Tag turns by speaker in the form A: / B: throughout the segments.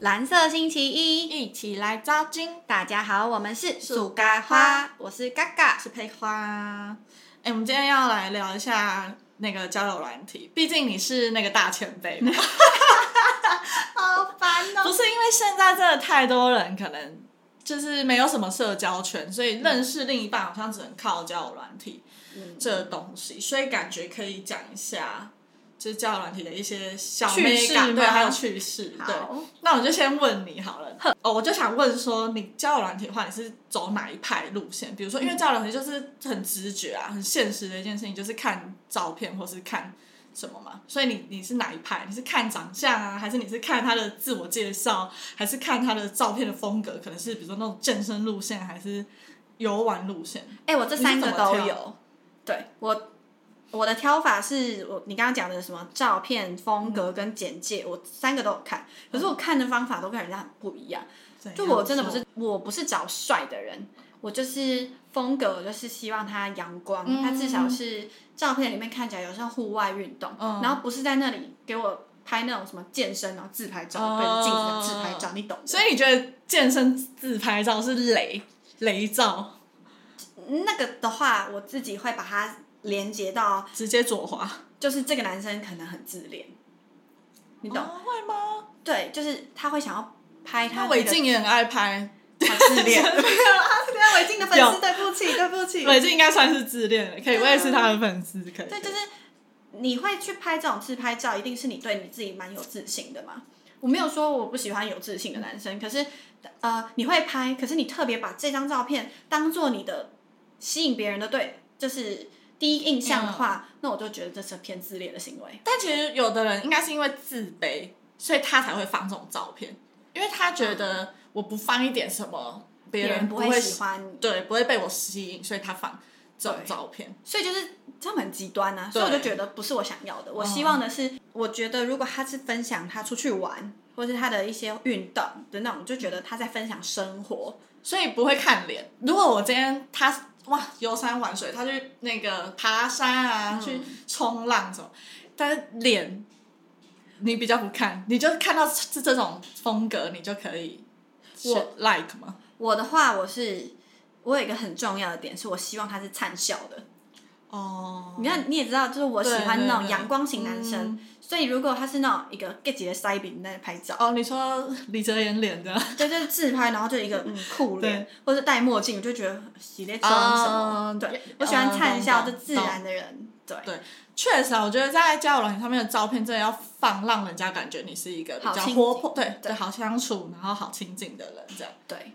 A: 蓝色星期一，
B: 一起来招金。
A: 大家好，我们是
B: 树
A: 咖
B: 花，
A: 我是嘎嘎。
B: 是佩花。哎、我们今天要来聊一下那个交友软体，毕竟你是那个大前辈 嘛，
A: 好烦
B: 不！是因为现在真的太多人可能就是没有什么社交圈，所以认识另一半好像只能靠交友软体
A: 嗯
B: 这东西，所以感觉可以讲一下。就是交友软体的一些小
A: 趣
B: 美
A: 事
B: 感，对，
A: 吗
B: 还有趣事，对。
A: 好，
B: 那我就先问你好了，哦，我就想问说，你交友软体的话，你是走哪一派路线？比如说，
A: 嗯
B: 因为交友软体就是很直觉啊，很现实的一件事情，就是看照片或是看什么嘛。所以你你是哪一派？你是看长相啊，还是你是看他的自我介绍，还是看他的照片的风格？可能是比如说那种健身路线，还是游玩路线？
A: 哎、我这三个
B: 你是怎么
A: 都
B: 挑
A: 有。对我，我的挑法是我你刚刚讲的什么照片风格跟简介，我三个都有看，可是我看的方法都跟人家很不一样。
B: 嗯
A: 就我真的不是，我不是找帅的人，我就是风格，我就是希望他阳光，
B: 嗯
A: 他至少是照片里面看起来有像户外运动，
B: 嗯
A: 然后不是在那里给我拍那种什么健身然后自拍
B: 哦
A: 照，对着镜子的自拍照，你懂的。
B: 所以你觉得健身自拍照是雷雷照，
A: 那个的话，我自己会把它连接到，
B: 直接左滑，
A: 就是这个男生可能很自恋，你懂？
B: 哦会吗？
A: 对，就是他会想要拍他
B: 他
A: 那
B: 韦
A: 个
B: 静也很爱拍，
A: 他自 恋，对啊，违禁的粉丝，对不起，对不起，
B: 韦静应该算是自恋了，可以，我也是他的粉丝，可以。
A: 对，就是你会去拍这种自拍照，一定是你对你自己蛮有自信的嘛。我没有说我不喜欢有自信的男生，可是呃，你会拍，可是你特别把这张照片当做你的吸引别人的对，就是第一印象的话，那我就觉得这是偏自恋的行为。
B: 但其实有的人应该是因为自卑，所以他才会放这种照片，因为他觉得我不放一点什么，别
A: 人
B: 不
A: 不会喜
B: 喜，
A: 欢你，
B: 对，不会被我吸引，所以他放这种照片。
A: 所以就是他们很极端啊，所以我就觉得不是我想要的。我希望的是，我觉得如果他是分享他出去玩，或是他的一些运动的那种，就觉得他在分享生活。
B: 所以不会看脸。如果我今天他哇游山玩水，他去那个爬山啊，去冲浪什么，但是脸你比较不看，你就看到这这种风格，你就可以我 like 吗？
A: 我的话，我是我有一个很重要的点，是我希望他是灿笑的。
B: 哦，
A: 你看，你也知道，就是我喜欢那
B: 对对
A: 种
B: 对嗯
A: 阳光型男生，所以如果他是那种一个 get 级的塞饼在拍 照，
B: 哦，你说李哲言脸的
A: 对，就是自拍，然后就一个嗯酷脸，或者戴墨镜，我就觉得洗列妆什么。
B: 嗯
A: 对，
B: 嗯
A: 我喜欢灿笑，
B: 懂
A: 就
B: 懂
A: 自然的人。对，
B: 确实啊，我觉得在交友软件上面的照片真的要放，让人家感觉你是一个比
A: 好
B: 较
A: 亲近
B: 活泼，对
A: 对
B: 对，好相处，然后好亲近的人这样。
A: 对，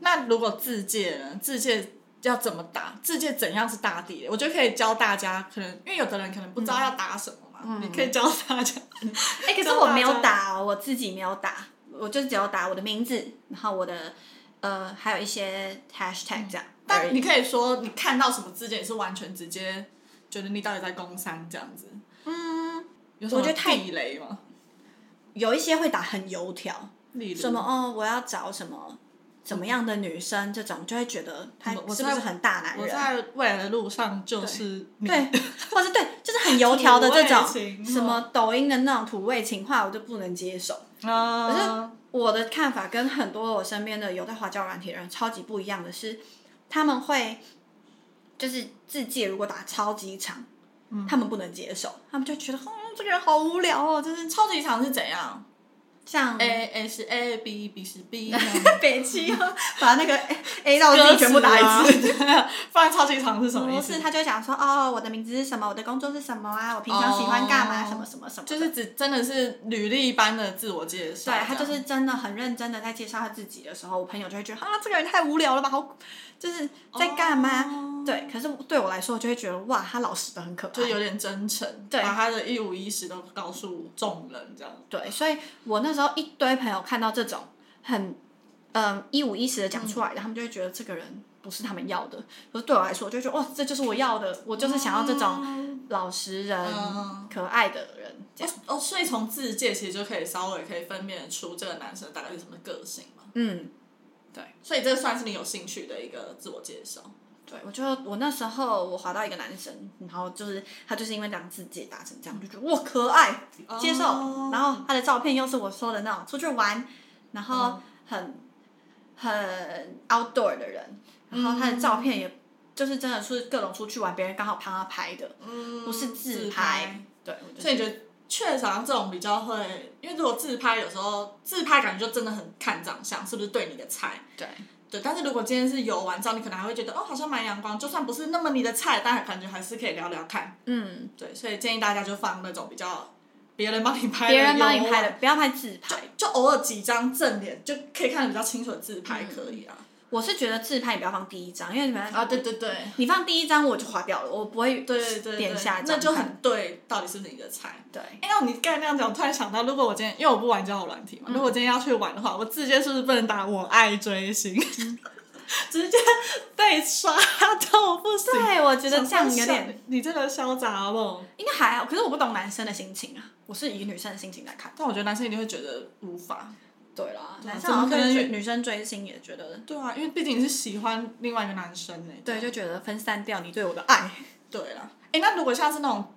B: 那如果自介呢？自介要怎么打？自介怎样是大地雷？我觉得可以教大家，可能因为有的人可能不知道要打什么嘛，
A: 嗯
B: 你可以教大家。
A: 哎、可是我没有打哦，我自己没有打，我就只有打我的名字，然后我的呃，还有一些 hashtag 这样。而
B: 嗯但
A: 已
B: 你可以说，你看到什么自介，你是完全直接觉得你到底在攻山这样子。
A: 嗯，
B: 有什么
A: 我觉得太
B: 地雷吗？
A: 有一些会打很油条，
B: 例如
A: 什么？哦，我要找什么怎么样的女生，这种就会觉得他是
B: 我
A: 不
B: 我
A: 是
B: 在
A: 很大男
B: 我
A: 人？
B: 在未来的路上就是你。
A: 对， 或者对，就是很油条的这
B: 土味情嗯
A: 种，什么抖音的那种土味情话，我就不能接受。
B: 啊，
A: 可是我的看法跟很多我身边的有在华教软体的人超级不一样的是，他们会就是自介如果打超级长，
B: 嗯
A: 他们不能接受，他们就觉得哦这个人好无聊哦，就是
B: 超级长是怎样
A: 像
B: ？A A 是 A，B B 是 B，
A: 北七哦，把那个 A A 到 Z 全部打一 次。
B: 次，不然超级长是什么意
A: 不
B: 思
A: 是，？他就会讲说哦，我的名字是什么，我的工作是什么啊，我平常喜欢干嘛，
B: 哦啊
A: 什么什么什么的，
B: 就是只真的是履历般的自我介绍，
A: 对
B: 这
A: 他
B: 样
A: 就是真的很认真的在介绍他自己的时候，我朋友就会觉得啊，这个人太无聊了吧，好，就是在干嘛？
B: 哦
A: 对，可是对我来说，我就会觉得哇，他老实的很可
B: 就是
A: 爱。
B: 有点真诚，
A: 对
B: 把他的一五一十都告诉众人这样。
A: 对，所以我那时候一堆朋友看到这种很嗯一五一十的讲出来的，他们就会觉得这个人不是他们要的。可是对我来说，我就觉得哇，这就是我要的，我就是想要这种
B: 种
A: 老实人、
B: 嗯
A: 可爱的人。这样
B: 哦，所以从字界其实就可以稍微可以分辨出这个男生大概是什么个性嘛。
A: 嗯，
B: 对，所以这算是你有兴趣的一个自我介绍。
A: 对，我就我那时候我滑到一个男生，然后就是他就是因为这样自己打成这样，我就觉得哇可爱，接受。
B: 哦
A: 然后他的照片又是我说的那种出去玩，然
B: 嗯
A: 后很、很 outdoor 的人，然后他的照片
B: 嗯
A: 也就是真的是各种出去玩，别人刚好帮他拍的，
B: 嗯
A: 不是自
B: 自
A: 拍。对，我
B: 所以你觉得确实好像这种比较会，因为如果自拍有时候自拍感觉就真的很看长相，是不是对你的菜？
A: 对
B: 对，但是如果今天是游玩照，你可能还会觉得哦，好像蛮阳光，就算不是那么你的菜，但感觉还是可以聊聊看。
A: 嗯，
B: 对，所以建议大家就放那种比较别人帮你拍的，啊
A: 别人帮你
B: 游玩
A: 拍的，不要拍自拍。
B: 就偶尔几张正脸就可以看得比较清楚的自拍
A: 嗯
B: 可以啊。
A: 我是觉得自拍你不要放第一张，因为你们
B: 啊，对对对，
A: 你放第一张我就划掉了，我不会
B: 对对对，
A: 点下一张
B: 那就
A: 看
B: 很对，到底是不是你的菜？
A: 对。
B: 哎、那你刚才那样讲，我突然想到，如果我今天因为我不玩交友软体嘛，如果我
A: 嗯
B: 今天要去玩的话，我直接是不是不能打我爱追星？ 直接被刷到我不行。
A: 对，我觉得这样有
B: 想
A: 点
B: 说，你真的潇洒了。
A: 应该还好。可是我不懂男生的心情啊，我是以女生的心情来看。
B: 但我觉得男生一定会觉得无法。
A: 对啦，
B: 对啊
A: 男
B: 怎
A: 生
B: 么
A: 好像
B: 可
A: 对
B: 能
A: 女女生追星也觉得，
B: 对啊，因为毕竟你是喜欢另外一个男生呢、
A: 对，啊就觉得分散掉你对我的爱。
B: 对啦。哎、那如果像是那种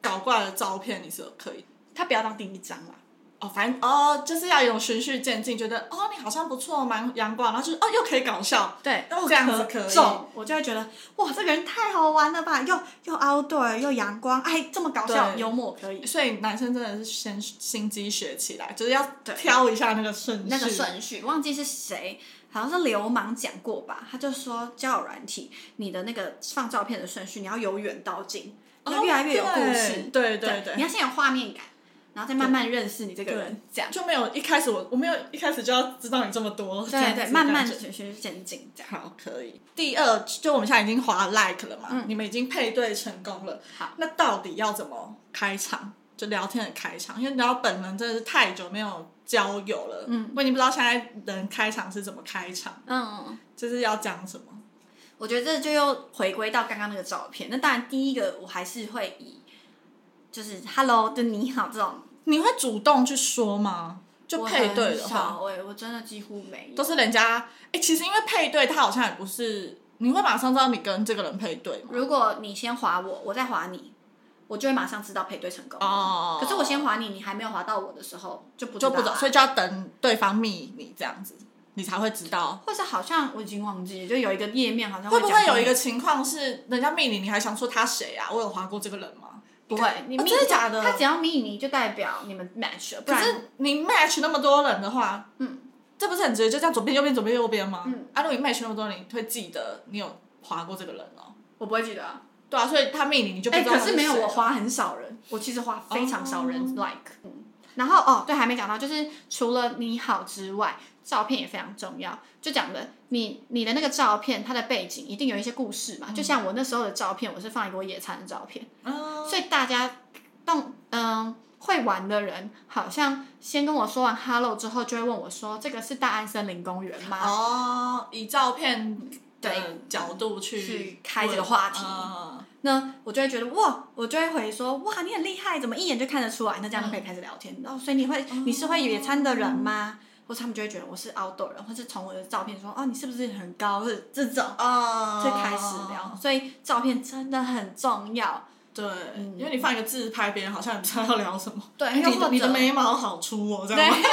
B: 搞怪的照片，你是可以
A: 他不要当第一张啦，
B: 哦，反正哦，就是要有循序渐进，觉得哦你好像不错，蛮阳光，然后就是哦又可以搞笑，
A: 对，
B: 哦
A: 这样
B: 可
A: 子
B: 可以
A: 重，我就会觉得哇，这个人太好玩了吧，又又 outdoor 又阳光，哎，这么搞笑，
B: 对
A: 幽默可以，
B: 所以男生真的是先心机学起来，就是要
A: 对
B: 挑一下那个顺序。
A: 那个顺序，忘记是谁，好像是流氓讲过吧？他就说交友软体，你的那个放照片的顺序，你要由远到近，
B: 哦
A: 要越来越有故事。
B: 对对对对
A: 你要先有画面感，然后再慢慢认识你这个人，这样。
B: 就没有一开始我我没有一开始就要知道你这么多，这样
A: 对
B: 子
A: 对，慢慢
B: 感觉
A: 循序渐进，这样。
B: 好可以。第二，就我们现在已经划 like 了嘛，你们已经配对成功了。
A: 嗯好，
B: 那到底要怎么开场？就聊天的开场，因为你知道本人真的是太久没有交友了，嗯，我已经不知道现在人开场是怎么开场，
A: 嗯，
B: 就是要讲什么。
A: 我觉得这就又回归到刚刚那个照片。那当然，第一个我还是会以就是 “hello” 就你好这种
B: 你会主动去说吗？就配对
A: 我
B: 的
A: 很
B: 话，
A: 少哎、我真的几乎没有。
B: 都是人家哎、其实因为配对，他好像也不是，你会马上知道你跟这个人配对吗？
A: 如果你先划我，我再划你，我就会马上知道配对成功。
B: 哦
A: 可是我先划你，你还没有划到我的时候，就不
B: 就不
A: 知
B: 走
A: 道，啊，
B: 所以就要等对方密你这样子，你才会知道
A: 或是好像我已经忘记，就有一个页面好像
B: 会不会
A: 讲
B: 有一个情况是人家命你，你还想说他谁啊？我有划过这个人吗？
A: 不会，你
B: 哦
A: 密
B: 真的假的
A: 他只要密你就代表你们 match 了，不
B: 可
A: 然
B: 是你 match 那么多人的话，
A: 嗯，
B: 这不是很直接就这样左边右边左边右边吗？
A: 嗯，
B: 啊，如果你 match 那么多人，你会记得你有划过这个人哦。
A: 我不会记得、啊。
B: 对啊，所以他命你，你就不
A: 哎、
B: 知道
A: 可
B: 他
A: 是没有，
B: 谁
A: 我
B: 了
A: 花很少人，我其实花非常少人 like。嗯，然后哦，对，还没讲到，就是除了你好之外，照片也非常重要。就讲的你你的那个照片，它的背景一定有一些故事嘛。就像我那时候的照片，我是放一个我野餐的照片，
B: 嗯
A: 所以大家动嗯、会玩的人，好像先跟我说完 hello 之后，就会问我说：“这个是大安森林公园吗？”
B: 哦，以照片的
A: 对
B: 角度去
A: 去开这个话题
B: 嗯
A: 那我就会觉得哇，我就会回说哇，你很厉害，怎么一眼就看得出来？那这样
B: 嗯
A: 就可以开始聊天。然后、所以你会
B: 哦
A: 你是会野餐的人吗？或者他们就会觉得我是 outdoor 人，或是从我的照片说哦，你是不是很高？或者这种
B: 啊
A: 就开始聊。。所以照片真的很重要。
B: 对，因为你放一个自拍，别人好像也不知道要聊什么。
A: 嗯对
B: 你
A: 又或
B: 的
A: 者
B: 你的眉毛好粗哦，这
A: 对
B: 样吗？，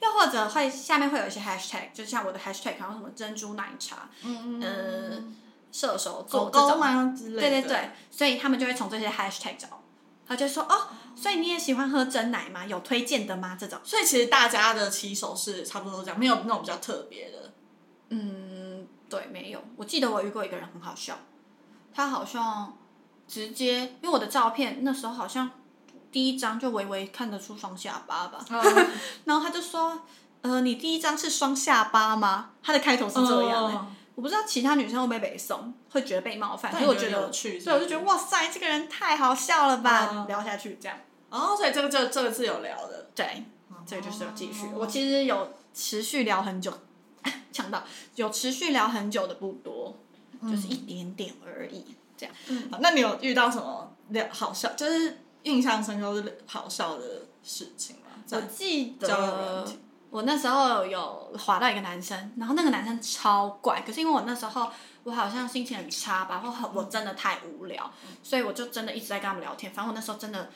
A: 又或者会下面会有一些 hashtag，就像我的 hashtag，然后什么珍珠奶茶，嗯呃，射手座
B: 狗
A: 这
B: 狗
A: 种。
B: 吗之类的？
A: 对对对，所以他们就会从这些 hashtag 找我，他就说哦，所以你也喜欢喝真奶吗？有推荐的吗？这种。
B: 所以其实大家的起手是差不多这样，没有那种比较特别的。
A: 嗯，对，没有。我记得我遇过一个人很好笑，他好像直接因为我的照片那时候好像第一张就微微看得出双下巴吧，然后他就说，呃，你第一张是双下巴吗？他的开头是这样、欸。
B: 嗯
A: 我不知道其他女生会不会被送，会觉得被冒犯，
B: 但
A: 所以我
B: 你
A: 觉
B: 觉得
A: 得
B: 有趣是
A: 对，我
B: 不
A: 就觉得哇塞，这个人太好笑了吧，
B: 嗯
A: 聊下去这样。
B: 哦，所以这个这这个是有聊的。
A: 对，这个就是有继续。我其实有持续聊很久， 讲到有持续聊很久的不多，就是一点点而已。这样，
B: 好嗯那你有遇到什么聊好笑，就是印象深刻或是好笑的事情吗？
A: 我
B: 在
A: 记
B: 交友软
A: 得
B: 体
A: 我那时候有滑到一个男生，然后那个男生超怪，可是因为我那时候我好像心情很差吧，或很我真的太无聊，所以我就真的一直在跟他们聊天。反正我那时候真的，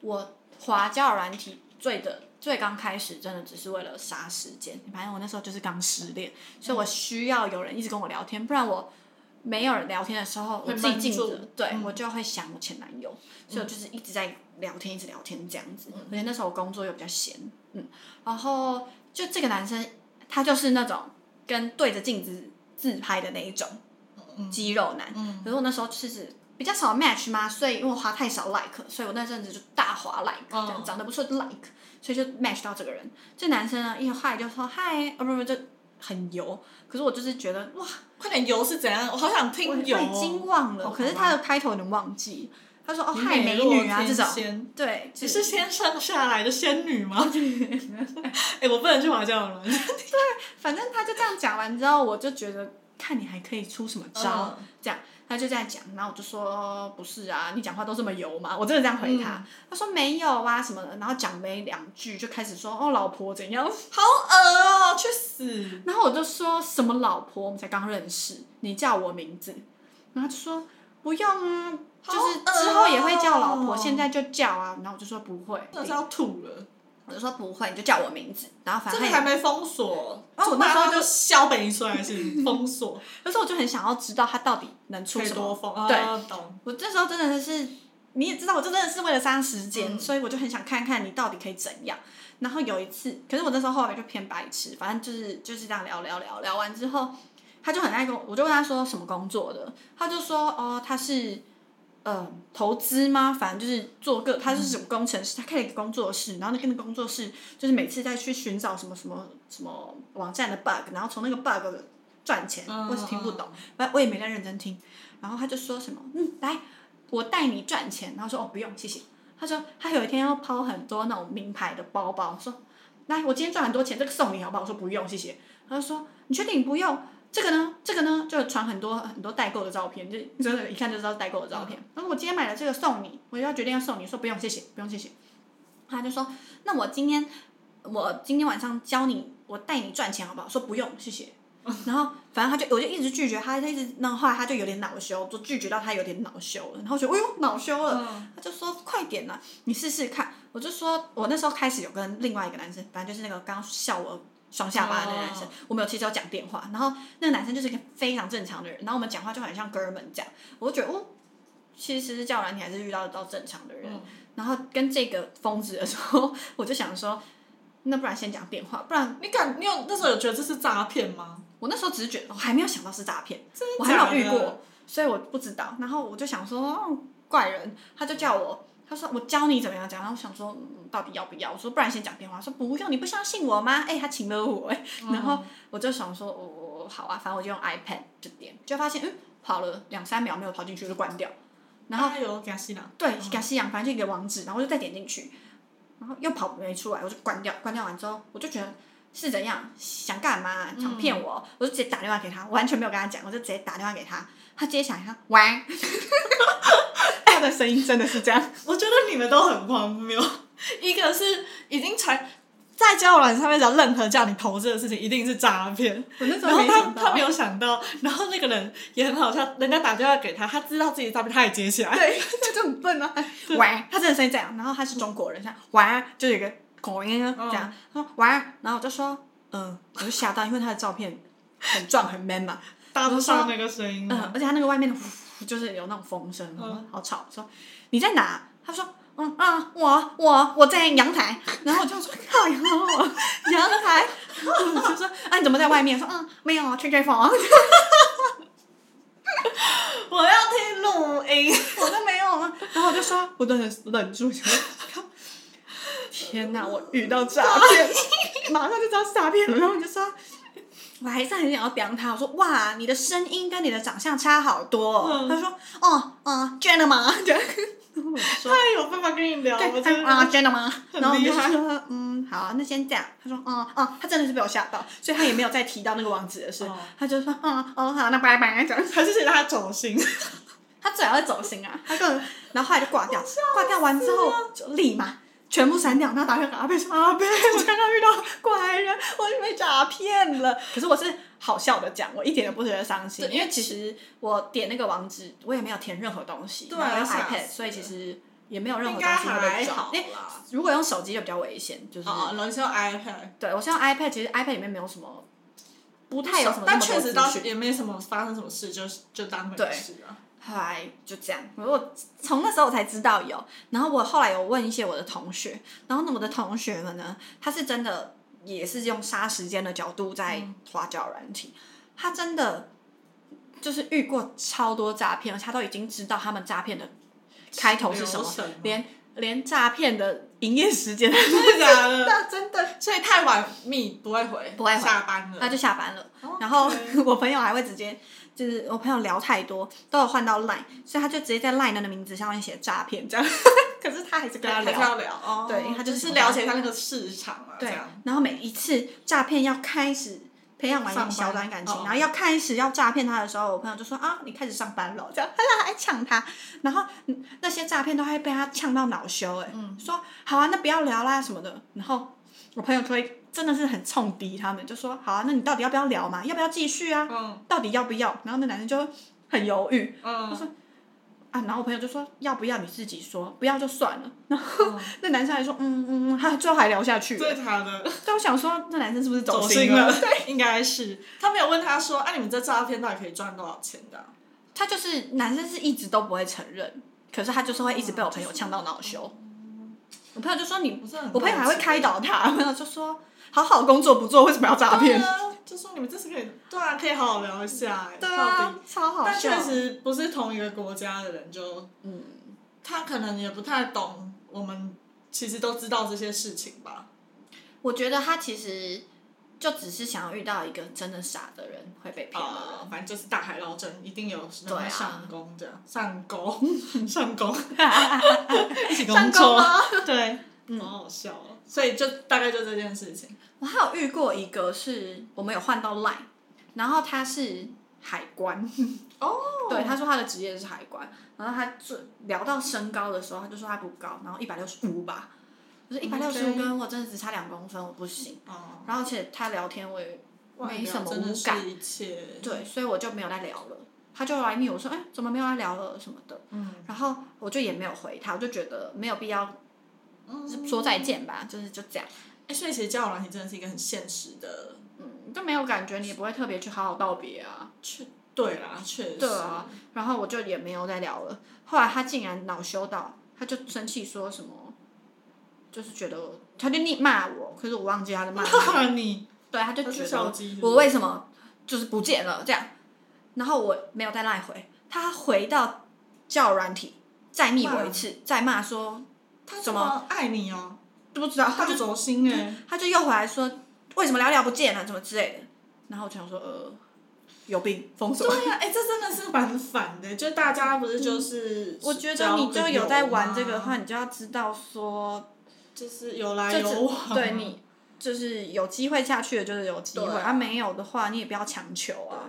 A: 我滑交友软体最的最刚开始，真的只是为了杀时间。反正我那时候就是刚失恋，
B: 嗯
A: 所以我需要有人一直跟我聊天，不然我没有人聊天的时候，我
B: 会
A: 自己
B: 闷
A: 静
B: 住嗯
A: 着，对、我就会想我前男友，所以我就是一直在聊天，一直聊天这样子。
B: 嗯
A: 而且那时候我工作又比较闲，嗯，然后就这个男生他就是那种跟对着镜子自拍的那一种肌肉男，
B: 嗯
A: 可是我那时候就是比较少 match 嘛，所以因为我滑太少 like，所以我那阵子就大滑 like，、
B: 嗯
A: 这样长得不错就 like，所以就 match 到这个人。这男生呢一嗨就说嗨，哦不不就很油，可是我就是觉得哇，
B: 快点油是怎样？我好想
A: 我我
B: 听
A: 已
B: 油哦。
A: 经忘了，
B: 好
A: 可是
B: 吧
A: 他的开头有点忘记，他说哦
B: 你
A: 嗨美
B: 若
A: 女啊这
B: 天
A: 种，
B: 仙
A: 对，
B: 你是天上下来的仙女 吗？哎、我不能去华教了。
A: 反正他就这样讲完之后，我就觉得看你还可以出什么
B: 嗯
A: 招，这样他就这样讲，然后我就说不是啊，你讲话都这么油吗？我真的这样回
B: 嗯
A: 他，他说没有啊什么的，然后讲没两句就开始说哦老婆怎样，
B: 好恶哦、去死！
A: 然后我就说什么老婆，我们才刚认识，你叫我名字，然后他就说不用啊，就
B: 好
A: 是
B: 恶
A: 之后也会叫老婆，
B: 哦
A: 现在就叫啊，然后我就说不会，
B: 真的是要吐了。
A: 我就说不会，你就叫我名字，然后反
B: 这
A: 正
B: 个
A: 他也
B: 还没封锁，
A: 哦我
B: 我
A: 那
B: 那
A: 时
B: 时
A: 候
B: 候就削北一出来是 封锁，
A: 可是我就很想要知道他到底能出
B: 可以
A: 什么
B: 多封啊，
A: 对
B: 懂。
A: 我这时候真的是，你也知道，我这真的是为了杀时间，所以我就很想看看你到底可以怎样。然后有一次，可是我那时候后来就偏白痴，反正就是就是这样聊聊聊聊完之后，他就很爱跟我，我就问他说什么工作的，他就说哦他是。呃，投资吗？反正就是做个，他是什么工程师，他开了一个工作室，然后那个工作室就是每次在去寻找什么什么什么网站的 bug，然后从那个 bug 赚钱，
B: 嗯
A: 我是听不懂，反正我也没在认真听。然后他就说什么，嗯，来，我带你赚钱，然后说哦不用谢谢。他说他有一天要抛很多那种名牌的包包，说来我今天赚很多钱，这个送你好不好？我说不用谢谢。他就说你确定你不用？这个呢，这个呢，就传很多很多代购的照片，就真的，一看就知道是代购的照片。他说我今天买了这个送你，我要决定要送你，说不用谢谢，不用谢谢。他就说那我今天我今天晚上教你，我带你赚钱好不好？说不用谢谢。 然后反正他就我就一直拒绝他，他一直那后来他就有点恼羞，就拒绝到他有点恼羞了，然后我觉得哎呦恼羞了，他就说快点呐、你试试看。我就说我那时候开始有跟另外一个男生，反正就是那个刚笑我双下巴的那个男生，我们有其实有讲电话，然后那个男生就是一个非常正常的人，然后我们讲话就很像哥们这样，我就觉得哦，其实叫软体还是遇到得到正常的人，然后跟这个疯子的时候， 我就想说，那不然先讲电话，不然
B: 你敢？你有那时候有觉得这是诈骗吗？
A: 我那时候只是觉得我还没有想到是诈骗，
B: 真
A: 我
B: 的
A: 还没有遇
B: 假的
A: 过，所以我不知道。然后我就想说，哦怪人，他就叫我，他说我教你怎么样讲。然后我想说，嗯到底要不要？我说不然先讲电话。说不用，你不相信我吗？哎、他请了我哎、
B: 嗯
A: 然后我就想说，我、哦、好啊，反正我就用 iPad 就点，就发现嗯，跑了两三秒没有跑进去，我就关掉。然后
B: 后有给他吸了，
A: 对，给西洋，反正就一个网址，然后我就再点进去，然后又跑没出来，我就关掉。关掉完之后，我就觉得是怎样想干嘛，想骗我，我就直接打电话给他，完全没有跟他讲，我就直接打电话给他，他接起来，他喂， 他的声音真的是这样，
B: 我觉得你们都很荒谬。 一个是已经传在交友软件上面，只要任何叫你投资的事情，一定是诈骗。
A: 我那时
B: 然
A: 候
B: 后
A: 没
B: 他
A: 想
B: 他
A: 到
B: 没。有想到，然后那个人也很好笑，人家打电话给他，他知道自己诈骗，他也接起来。
A: 对，他就很笨啊， 喂，他真的声音这样，然后他是中国人，像喂，就有一个口音啊这样，他说喂，然后我就说，嗯，我就吓到，因为他的照片很壮很 man 嘛，
B: 搭不上那个声音
A: 嗯
B: 啊，，
A: 而且他那个外面的呼就是有那种风声，好吵。说你在哪？他说嗯啊，我我我在阳台。然后我就说靠阳阳台， 然后我就说啊你怎么在外面？说嗯没有啊，吹吹风。 我
B: 我要听录音。
A: 说没有啊， 然后我就说我真的忍住，想 说靠天哪，我遇到诈 骗，马上就知道是诈骗了。然后我就说。我还是很想要表扬他，我说哇，你的声音跟你的长相差好多、哦。
B: 嗯
A: 他说哦，嗯，真的吗？这样， 然后我就说
B: 他也有办法跟你聊，我
A: 对，
B: 真
A: 他
B: 的
A: 啊，真的吗？
B: 很
A: 然后我就
B: 厉害
A: 说，嗯，好，那先这样。他说，哦、哦、他真的是被我吓到，所以他也没有再提到那个网址的事。
B: 哦
A: 他就说，嗯，哦，好，那拜拜，这样。
B: 还是觉得他走心。
A: 他最好会走心啊，他根本，然后后来就挂掉，挂掉完之后就立马全部删掉，然后打电话给阿贝说：“阿贝， 我刚刚遇到怪人，我被诈骗了。”可是我是好笑的讲，我一点都不觉得伤心，因为其实我点那个网址，我也没有填任何东西，
B: 对啊
A: 然后用
B: 吓死
A: iPad，
B: 了
A: 所以其实也没有任
B: 应
A: 何
B: 该
A: 东西会
B: 还
A: 被抓
B: 好。
A: 哎
B: 啦。
A: 如果用手机就比较危险，就是、
B: 哦，然后是用 iPad，
A: 对我是用 iPad，其实 iPad 里面没有什么，不太有什么那
B: 但
A: 么多
B: 确实
A: 资
B: 倒
A: 讯
B: 是也没什么发生什么事，就是就当没
A: 对
B: 事啊。
A: 后来就这样，我从那时候我才知道有，然后我后来有问一些我的同学，然后呢我的同学们呢，他是真的也是用杀时间的角度在
B: 嗯
A: 花椒软体，他真的就是遇过超多诈骗，而且他都已经知道他们诈骗的开头是什么
B: 流程吗，
A: 连连诈骗的营业时间他都
B: 真的假 的？
A: 那真的
B: 所以太晚密不会回，
A: 不会回
B: 下班了。
A: 他就下班了。
B: 哦 OK
A: 然后 我朋友还会直接，就是我朋友聊太多，都有换到 Line，所以他就直接在 Line 的名字上面写诈骗这样。 可是他还是跟他
B: 还是
A: 聊。
B: 啊要聊哦，
A: 对他就
B: 就是是了解他那个市场啊，这
A: 对
B: 样。，
A: 然后每一次诈骗要开始培养
B: 上
A: 完
B: 班
A: 小段感情，
B: 哦
A: 然后要开始要诈骗他的时候，我朋友就说啊，你开始上班了，这样， 他还呛他，然后嗯那些诈骗都会被他呛到恼羞、哎、
B: 嗯
A: 说好啊，那不要聊啦什么的，然后我朋友就会真的是很冲敌他们，就说好啊，那你到底要不要聊嘛？要不要继续啊？
B: 嗯
A: 到底要不要？然后那男生就很犹豫
B: 嗯，
A: 啊，然后我朋友就说要不要你自己说，不要就算了。 然后、
B: 嗯
A: 那男生还说嗯嗯，嗯，他最后还聊下 去了。
B: 最他的
A: 但我想说，那男生是不是
B: 走
A: 心
B: 心了，应该是他没有问他说，啊，你们这诈骗到底可以赚多少钱的啊？
A: 他就是男生是一直都不会承认，可是他就是会一直被我朋友呛到恼羞。我朋友就说你
B: 我真的，很
A: 嗯我朋友还会
B: 好奇
A: 开导他，我朋友就说好好工作不做，为什么要诈
B: 对
A: 骗？
B: 啊，就说你们这是可以，对啊，可以好好聊一下，哎
A: 对
B: 到
A: 啊
B: 底，
A: 超好
B: 但
A: 笑。
B: 确实不是同一个国家的人，就
A: 嗯，
B: 他可能也不太懂，我们其实都知道这些事情吧。
A: 我觉得他其实就只是想要遇到一个真的傻的人会被骗的人。
B: 啊，反正就是大海捞针，一定有人
A: 对啊
B: 会上钩这样，上 钩，上钩，一起
A: 上钩吗？嗯
B: 对，好好笑哦。所以就大概就这件事情，
A: 我还有遇过一个是我们有换到 Line，然后他是海关，
B: 哦，
A: 对，他说他的职业是海关，然后他最聊到身高的时候，他就说他不高，然后一百六十五吧，可是一百六十五
B: OK
A: 跟我真的只差两公分，我不行。
B: 哦，
A: 然后而且他聊天我也没什么
B: 外表真的
A: 无
B: 是
A: 感，
B: 一切，
A: 对，所以我就没有再聊了。他就来密我说，哎、怎么没有来聊了什么的，
B: 嗯，
A: 然后我就也没有回他，我就觉得没有必要
B: 嗯，
A: 说再见吧，就是就这样，
B: 哎，所以其实交友软体真的是一个很现实的，
A: 嗯，就没有感觉，你也不会特别去好好道别啊。
B: 确对啦，确实，
A: 对啊，然后我就也没有再聊了。后来他竟然恼羞到，他就生气说什么，就是觉得我他就你骂我，可是我忘记 他的骂我，
B: 你
A: 对，他就
B: 他是
A: 觉
B: 小
A: 得
B: 鸡是不是
A: 我为什么就是不见了这样，然后我没有再赖回，他回到叫软体再密我一次，再骂说
B: 他
A: 怎
B: 怎
A: 么
B: 么爱你哦？
A: 都不知道，他
B: 他
A: 就
B: 就走心哎，
A: 他就又回来说为什么聊聊不见了，怎么之类的，然后我就想说呃有病封锁。
B: 对呀、哎、这真的是蛮反的。就大家不是就是，
A: 嗯我觉得你就有在玩这个的，话，你就要知道说
B: 啊就是有来
A: 就
B: 有往。
A: 只对你就是有机会下去的，就是有机会
B: 对
A: 啊，没有的话你也不要强求啊。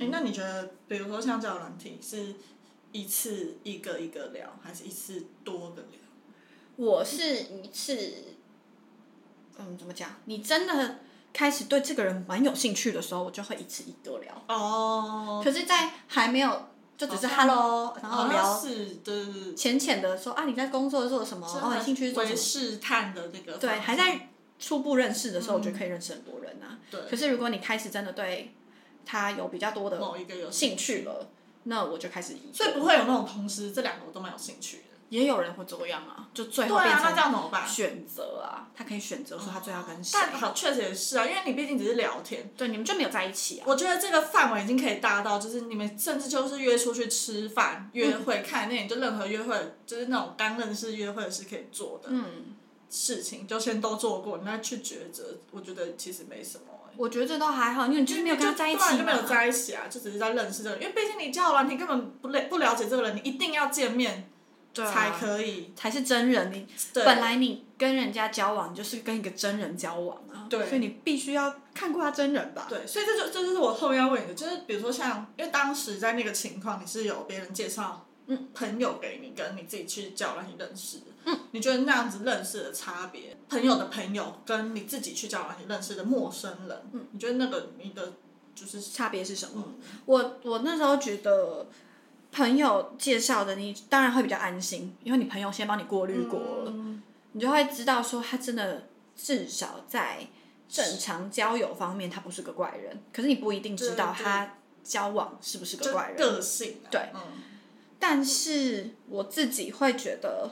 B: 哎、那你觉得，比如说像这种软体，是一次一个一个聊，还是一次多个聊？
A: 我是一次，嗯，怎么讲？你真的开始对这个人蛮有兴趣的时候，我就会一次一个聊。
B: 哦，
A: 可是，在还没有就只是
B: 好像
A: hello，然后
B: 好像
A: 聊
B: 是对对对，
A: 浅浅的说啊，你在工作做什么？哦，你兴趣是做什
B: 为
A: 么？
B: 试探的那个方向，
A: 对，还在初步认识的时候，我觉得可以认识很多人啊。
B: 对
A: 可是如果你开始真的对他哦有比较多的
B: 某一个有
A: 兴趣了，那我就开始移
B: 所以不会有那种同时这两个我都蛮有兴趣的。
A: 也有人会这样啊，就最
B: 对
A: 后变
B: 啊，那这
A: 成
B: 样怎么办？
A: 选择啊，他可以选择说他最后要跟谁。
B: 但好，确实也是啊，因为你毕竟只是聊天，
A: 对，你们就没有在一起啊。
B: 我觉得这个范围已经可以大到，就是你们甚至就是约出去吃饭、约 会、看电影，就任何约会，就是那种刚认识约会是可以做的
A: 嗯，
B: 事情，就先都做过，你再去抉择，我觉得其实没什么、欸。
A: 我觉得这都还好，因为你就是没有跟他在一
B: 就对啊
A: 起
B: 就没有
A: 嘛。
B: 在一起啊，就只是在认识这个人，因为毕竟你交友软体根本不了不了解这个人，你一定要见面
A: 对啊
B: 才可以。
A: 才是真人，你
B: 对啊
A: 本来你跟人家交往你就是跟一个真人交往啊，
B: 对
A: 所以你必须要看过他真人吧。
B: 对，所以这就这就是我后面要问你的，就是比如说像，因为当时在那个情况，你是有别人介绍嗯朋友给你跟你自己去交友软体认识的，嗯，你觉得那样子认识的差别，朋友的朋友跟你自己去交友软体认识的陌生人，嗯，你觉得那个你的就是
A: 差别是什么？
B: 嗯
A: 我我那时候觉得朋友介绍的，你当然会比较安心，因为你朋友先帮你过滤过了，
B: 嗯
A: 你就会知道说他真的至少在正常交友方面他不是个怪人，可是你不一定知道
B: 对对
A: 他交往是不是个
B: 就
A: 怪人。
B: 个性、啊，
A: 对，
B: 嗯，
A: 但是我自己会觉得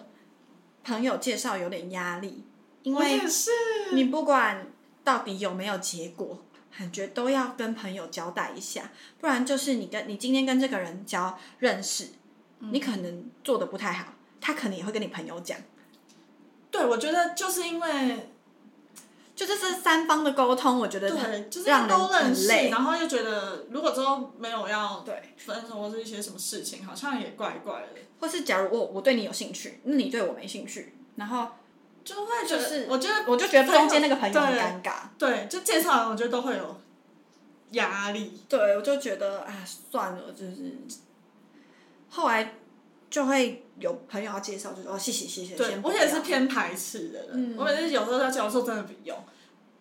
A: 朋友介绍有点压力，因
B: 我
A: 为
B: 也是，
A: 你不管到底有没有结果，感觉都要跟朋友交代一下，不然就是你跟你今天跟这个人交认识，你可能做的不太好，他可能也会跟你朋友讲，
B: 对，我觉得就是因为
A: 就这是三方的沟通，我觉得
B: 对，
A: 很
B: 就是
A: 让人
B: 都认
A: 很
B: 识，
A: 累。
B: 然后又觉得如果之后没有要
A: 哦对，
B: 分手或是一些什么事情，好像也怪怪的。
A: 或是假如我我对你有兴趣，那你对我没兴趣，然后
B: 就会
A: 就
B: 觉得，
A: 是
B: 我觉得
A: 我就觉得中间那个朋友很
B: 对
A: 尴尬。
B: 对，就介绍人，我觉得都会有压力。
A: 对，我就觉得啊，算了，就是后来就会有朋友要介绍，就说哦，谢谢谢谢。
B: 对
A: 先不
B: 我也
A: 要
B: 是偏排斥的人，
A: 嗯
B: 我每次有时候在交流真的不用，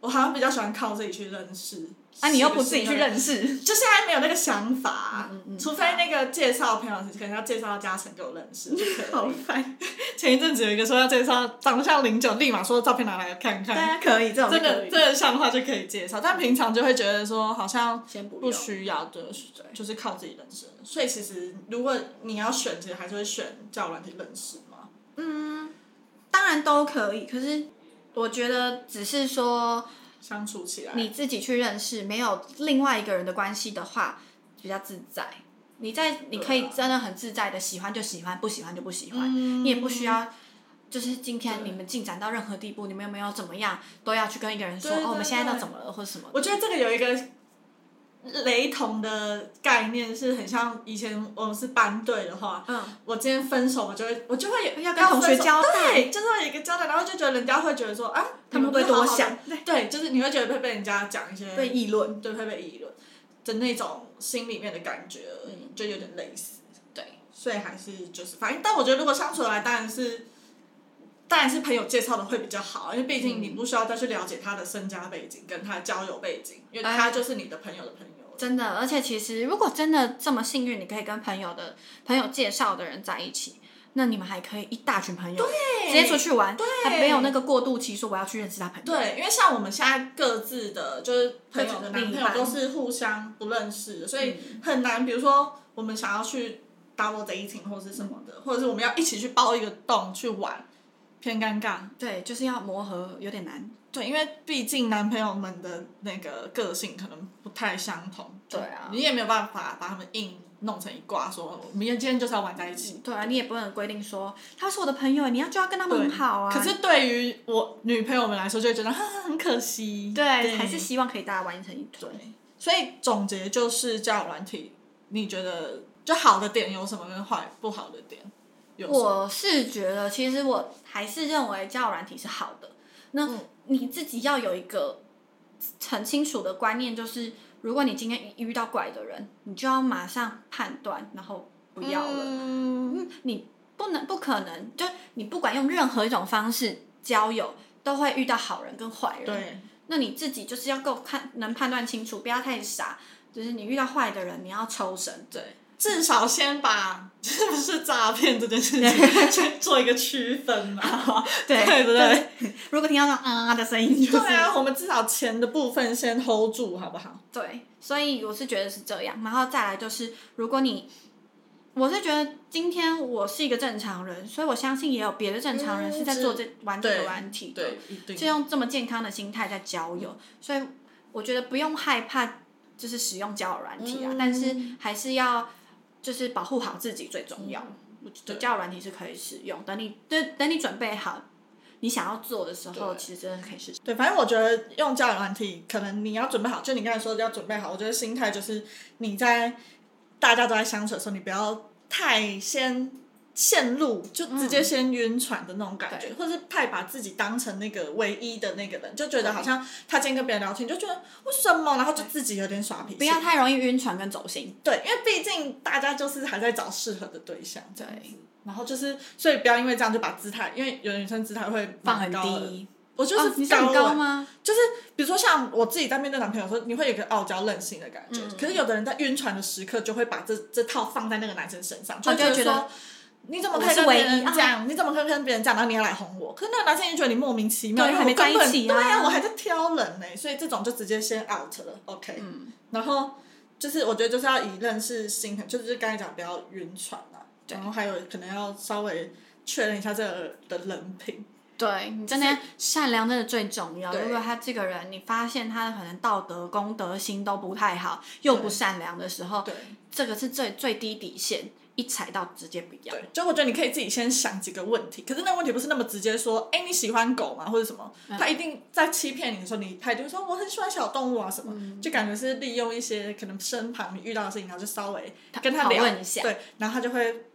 B: 我好像比较喜欢靠自己去认识。
A: 啊，你又不自己去
B: 识，
A: 认识，
B: 就现在没有那个想法啊、
A: 嗯嗯嗯
B: 除非那个介绍朋友可能要介绍到嘉诚给我认识。
A: 好烦。
B: 前一阵子有一个说要介绍长得像零九，立马说照片拿来看
A: 大家
B: 看。
A: 可以这种
B: 这
A: 啊可
B: 个
A: 以
B: 这个像的话就可以介绍，但平常就会觉得说好像
A: 先不
B: 不
A: 用
B: 需要的
A: 对，
B: 就是靠自己认识的。所以其实如果你要选，其实还是会选交友软体认识嘛。
A: 当然都可以，可是我觉得只是说
B: 相处起来，
A: 你自己去认识，没有另外一个人的关系的话，比较自在。你在你可以
B: 对啊
A: 真的很自在的喜欢就喜欢，不喜欢就不喜欢。
B: 嗯
A: 你也不需要，就是今天
B: 对
A: 你们进展到任何地步，你们有没有怎么样，都要去跟一个人说，
B: 对对
A: 哦，我们现在到
B: 对
A: 怎么了，或者什么的。
B: 我觉得这个有一个雷同的概念，是很像以前我们是班队的话，
A: 嗯，
B: 我今天分手，我就会我就会有
A: 要跟同学交代
B: 对，就是会有一个交代，然后就觉得人家会觉得说啊，
A: 他们
B: 你
A: 会
B: 是
A: 不会多
B: 好好
A: 想
B: 的对，就是你会觉得会被人家讲一些
A: 被议论。
B: 对会被议论的那种心里面的感觉而已，
A: 嗯
B: 就有点类似。
A: 对，
B: 所以还是就是，反正但我觉得如果相处得来，当然是，当然是朋友介绍的会比较好，因为毕竟你
A: 嗯
B: 不需要再去了解他的身家背景跟他的交友背景，因为
A: 哎
B: 他就是你的朋友的朋友了。
A: 真的，而且其实如果真的这么幸运，你可以跟朋友的朋友介绍的人在一起，那你们还可以一大群朋友直接出去玩，还没有那个过渡期，说我要去认识他朋友。
B: 对，因为像我们现在各自的，就是朋友
A: 各自的
B: 的男
A: 另一
B: 朋友都
A: 半
B: 是互相不认识的，所以很难。比如说，我们想要去 double dating 或是什么的，或者是我们要一起去包一个洞去玩，偏尴尬。
A: 对，就是要磨合，有点难。
B: 对，因为毕竟男朋友们的那个个性可能不太相同，
A: 对啊
B: 你也没有办法把他们硬弄成一挂，说我们今天就是要玩在一起。
A: 对啊，你也不能规定说他是我的朋友，你要就要跟他们很好啊。
B: 可是对于我女朋友们来说，就会觉得哈很可惜。
A: 对，还是希望可以大家玩成一团。
B: 所以总结就是交友软体，你觉得就好的点有什么，跟坏不好的点有什么？
A: 我是觉得，其实我还是认为交友软体是好的。那
B: 嗯
A: 你自己要有一个很清楚的观念，就是如果你今天一遇到怪的人，你就要马上判断，然后不要了。
B: 嗯，
A: 嗯，你不能不可能，就你不管用任何一种方式交友，都会遇到好人跟坏人。
B: 对，
A: 那你自己就是要够看，能判断清楚，不要太傻。就是你遇到坏的人，你要抽身。对，
B: 至少先把是不是诈骗这件事情先做一个区分嘛。
A: 对
B: 对不对？
A: 如果听到那啊的声音，就是
B: 对啊，我们至少钱的部分先 hold 住，好不好？
A: 对，所以我是觉得是这样，然后再来就是，如果你，我是觉得今天我是一个正常人，所以我相信也有别的正常人
B: 嗯
A: 是在
B: 是
A: 做这、玩这个
B: 对
A: 软体的，
B: 对，一定
A: 就用这么健康的心态在交友，所以我觉得不用害怕，就是使用交友软体啊，
B: 嗯
A: 但是还是要就是保护好自己最重要。我觉得
B: 对
A: 交友软体是可以使用，等你等等你准备好，你想要做的时候，
B: 对
A: 其实真的是可以试试。
B: 对，反正我觉得用交友软体，可能你要准备好，就你刚才说的要准备好。我觉得心态就是你在大家都在相处的时候，你不要太先陷入就直
A: 嗯
B: 接先晕船的那种感觉，或者是太把自己当成那个唯一的那个人，就觉得好像他今天跟别人聊天，就觉得为什么，然后就自己有点耍脾气。
A: 不要太容易晕船跟走心。
B: 对，因为毕竟大家就是还在找适合的对象这样子。然后就是，所以不要因为这样就把姿态，因为有的女生姿态会
A: 放很
B: 蛮高的。
A: 低，
B: 我就
A: 啊你
B: 是
A: 很
B: 高
A: 高
B: 欸
A: 吗？
B: 就是比如说像我自己在面对男朋友的时候，你会有一个傲娇任性的感
A: 嗯
B: 觉。可是有的人在晕船的时刻，就会把这这套放在那个男生身上，就会
A: 哦就会
B: 觉
A: 觉得
B: 说。你怎么可以跟
A: 我
B: 别
A: 是唯
B: 人
A: 一啊
B: 这样？你怎么可以跟别人这样？然后你要来哄我？可是那个男生已经觉得你莫名其妙，
A: 对
B: 因为我
A: 还没
B: 根本
A: 在一起啊
B: 对呀、我还在挑人呢、所以这种就直接先 out 了，OK。
A: 嗯
B: 然后就是我觉得就是要以认识新朋友，就是刚才讲不要晕船啊，然后还有可能要稍微确认一下这个的人品，
A: 对你真的善良真的最重要。
B: 对
A: 如果他这个人，你发现他可能道德、公德心都不太好，又不善良的时候，
B: 对。
A: 这个是最最低底线，一踩到直接不要。
B: 对，就我觉得你可以自己先想几个问题，可是那个问题不是那么直接说，哎，你喜欢狗吗，或者什么？
A: 嗯
B: 他一定在欺骗你的时候，你他一定会说我很喜欢小动物啊什么，
A: 嗯
B: 就感觉是利用一些可能身旁你遇到的事情，然后就稍微跟他
A: 讨
B: 聊
A: 论一下
B: 对，然后他就会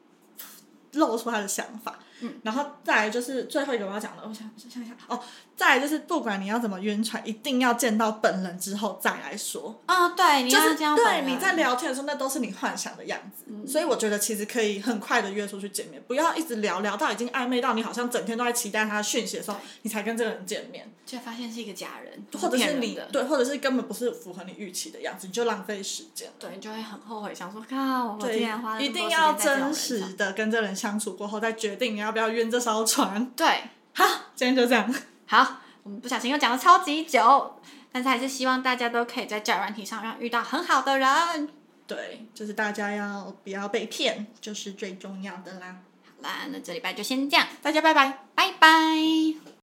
B: 露出他的想法。
A: 嗯
B: 然后再来就是最后一个我要讲的，我想想一下哦，再来就是不管你要怎么晕船，一定要见到本人之后再来说。
A: 啊、对，你
B: 就
A: 要
B: 是
A: 这样
B: 对
A: 本
B: 你
A: 人
B: 在聊天的时候，那都是你幻想的样子。所以我觉得其实可以很快的约出去见面，不要一直聊聊到已经暧昧到你好像整天都在期待他的讯息的时候，你才跟这个人见面，
A: 就发现是一个假人，
B: 或者
A: 骗
B: 是
A: 人
B: 你
A: 的
B: 对，或者是根本不是符合你预期的样子，你就浪费时间了。
A: 对，你就会很后悔，想说靠，我竟
B: 对
A: 然花，了
B: 一
A: 这么
B: 定
A: 多
B: 要
A: 时间在这种
B: 真
A: 人
B: 实
A: 上。
B: 的跟这人相处过后，再决定你要不要晕这艘船。
A: 对，
B: 好，今天就这样。
A: 好，我们不小心又讲了超级久，但是还是希望大家都可以在交友软体上让遇到很好的人。
B: 对，就是大家要不要被骗，就是最重要的啦。
A: 好啦，那这礼拜就先这样，
B: 大家拜拜。
A: 拜拜。